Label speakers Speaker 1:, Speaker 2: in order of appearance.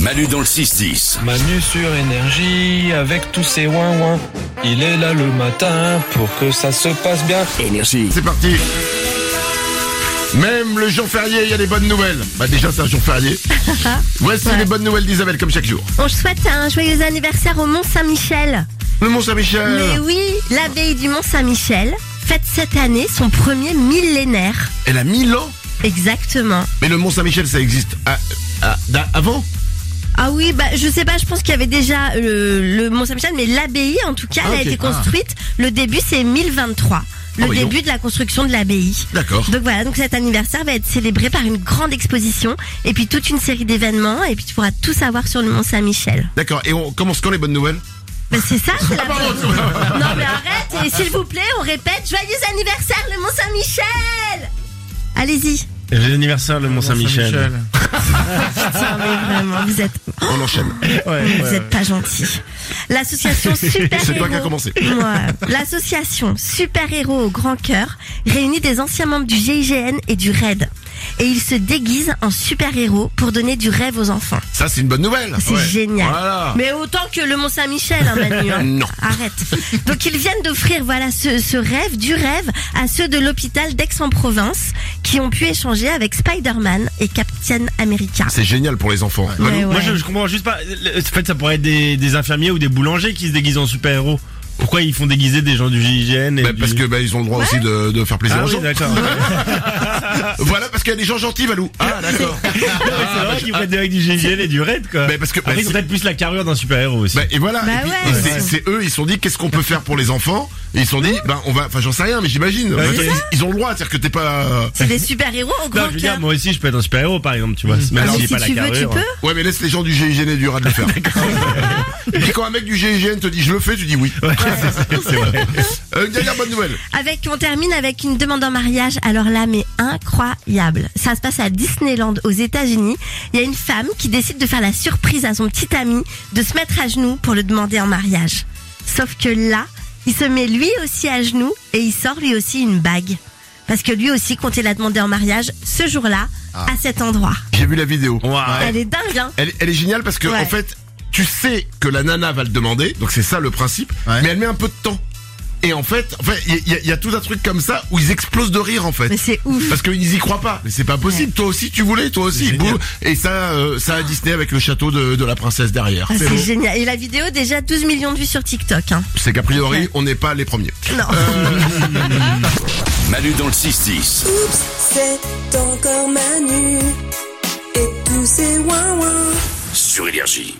Speaker 1: Manu dans le 6-10.
Speaker 2: Manu sur énergie avec tous ses ouin ouin. Il est là le matin pour que ça se passe bien.
Speaker 1: Énergie.
Speaker 3: C'est parti même le jour férié, il y a des bonnes nouvelles. Bah déjà, c'est un jour férié. Voici les bonnes nouvelles d'Isabelle, comme chaque jour.
Speaker 4: On souhaite un joyeux anniversaire au Mont Saint-Michel.
Speaker 3: Le Mont-Saint-Michel
Speaker 4: Mais oui, l'abbaye du Mont Saint-Michel fête cette année son premier millénaire.
Speaker 3: Elle a 1000 ans
Speaker 4: Exactement.
Speaker 3: Mais le Mont-Saint-Michel, ça existe à- à- d'a- avant
Speaker 4: Ah oui, bah je sais pas, je pense qu'il y avait déjà euh, le Mont Saint-Michel, mais l'abbaye en tout cas,
Speaker 3: Ah,
Speaker 4: elle
Speaker 3: ok.
Speaker 4: a été construite. Le début c'est 1023. Le
Speaker 3: Ah, oui,
Speaker 4: début de la construction de l'abbaye.
Speaker 3: D'accord.
Speaker 4: Donc voilà, donc cet anniversaire va être célébré par une grande exposition et puis toute une série d'événements et puis tu pourras tout savoir sur le Mont Saint-Michel.
Speaker 3: D'accord, et on commence quand les bonnes nouvelles
Speaker 4: Bah, c'est ça, c'est la
Speaker 3: Ah, pardon,
Speaker 4: bonne- Non mais arrête et s'il vous plaît, on répète joyeux anniversaire le Mont Saint-Michel. Allez-y.
Speaker 5: J'ai anniversaire le Mont Saint-Michel.
Speaker 4: Putain,
Speaker 3: Ah,
Speaker 4: mais vraiment, vous êtes
Speaker 3: On enchaîne.
Speaker 4: Vous n'êtes pas gentil. L'association Super
Speaker 3: C'est toi
Speaker 4: Héros-
Speaker 3: qui as commencé.
Speaker 4: Ouais. L'association Super Héros au Grand Cœur réunit des anciens membres du GIGN et du RAID. Et ils se déguisent en super-héros pour donner du rêve aux enfants.
Speaker 3: Ça, c'est une bonne nouvelle.
Speaker 4: C'est génial.
Speaker 3: Voilà.
Speaker 4: Mais autant que le Mont-Saint-Michel, hein, Manu. hein.
Speaker 3: Non.
Speaker 4: Arrête. Donc ils viennent d'offrir voilà ce, ce rêve, du rêve, à ceux de l'hôpital d'Aix-en-Provence qui ont pu échanger avec Spider-Man et Captain America.
Speaker 3: C'est génial pour les enfants.
Speaker 4: Ouais, ouais.
Speaker 5: Moi je, je comprends juste pas. Le- En fait, ça pourrait être des, des infirmiers ou des boulangers qui se déguisent en super-héros. Pourquoi ils font déguiser des gens du GIGN et
Speaker 3: Bah,
Speaker 5: du-
Speaker 3: parce que bah, ils ont le droit aussi de, de faire plaisir
Speaker 5: Ah
Speaker 3: aux
Speaker 5: oui,
Speaker 3: gens.
Speaker 5: d'accord.
Speaker 3: Voilà, parce qu'il y a des gens gentils, Valou. Ah, d'accord.
Speaker 5: Non, mais c'est vrai qu'ils prennent des mecs du GIGN et du raid quoi.
Speaker 3: Mais parce que-
Speaker 5: Après,
Speaker 3: bah,
Speaker 5: ils ont
Speaker 3: c'est-
Speaker 5: peut-être plus la carrure d'un super-héros aussi.
Speaker 3: Bah, et voilà,
Speaker 4: Bah
Speaker 3: Et puis,
Speaker 4: ouais.
Speaker 3: et c'est-
Speaker 4: Ouais.
Speaker 3: c'est eux, ils se sont dit qu'est-ce qu'on peut faire pour les enfants Et ils se sont dit, ben on va, enfin j'en sais rien, mais j'imagine.
Speaker 5: Bah,
Speaker 3: Enfin,
Speaker 5: c'est
Speaker 3: ils,
Speaker 5: ça.
Speaker 3: ils ont le droit, c'est-à-dire que t'es pas. euh,
Speaker 4: C'est des super-héros au
Speaker 5: non,
Speaker 4: Grand
Speaker 5: je veux
Speaker 4: Cœur.
Speaker 5: dire, moi aussi je peux être un super-héros par exemple, tu vois.
Speaker 4: Ah,
Speaker 5: Même
Speaker 4: mais
Speaker 5: j'ai
Speaker 4: si
Speaker 5: pas
Speaker 4: tu
Speaker 5: la
Speaker 4: veux, tu
Speaker 5: carrure.
Speaker 4: peux.
Speaker 3: Ouais, mais laisse les gens du GIGN et du RAD le faire. et puis quand un mec du GIGN te dit je le fais, tu dis oui. Euh, une dernière bonne nouvelle.
Speaker 4: Avec, on termine avec une demande en mariage. Alors là, mais incroyable. Ça se passe à Disneyland aux États-Unis. Il y a une femme qui décide de faire la surprise à son petit ami de se mettre à genoux pour le demander en mariage. Sauf que là, il se met lui aussi à genoux et il sort lui aussi une bague. Parce que lui aussi comptait la demander en mariage ce jour-là, à cet endroit.
Speaker 3: J'ai vu la vidéo.
Speaker 5: Ouah.
Speaker 4: Elle est dingue, hein
Speaker 3: Elle, elle est géniale parce que
Speaker 4: Ouais.
Speaker 3: en fait, tu sais que la nana va le demander, donc c'est ça le principe. Mais elle met un peu de temps. Et en fait, enfin, il y, a- il y a tout un truc comme ça où ils explosent de rire en fait.
Speaker 4: Mais c'est ouf.
Speaker 3: Parce qu'ils y croient pas. Mais c'est pas possible. Toi aussi, tu voulais, toi aussi. Boum. Et ça, euh, ça a Disney avec le château de, de la princesse derrière.
Speaker 4: Ah,
Speaker 3: C'est
Speaker 4: C'est
Speaker 3: bon.
Speaker 4: génial. Et la vidéo, déjà 12 millions de vues sur TikTok. Hein.
Speaker 3: C'est qu'a priori, on n'est pas les premiers. Euh,
Speaker 4: Non.
Speaker 1: Manu dans le 6-10.
Speaker 6: Oups, c'est encore Manu et tous ces ouin-ouin.
Speaker 1: Sur Énergie.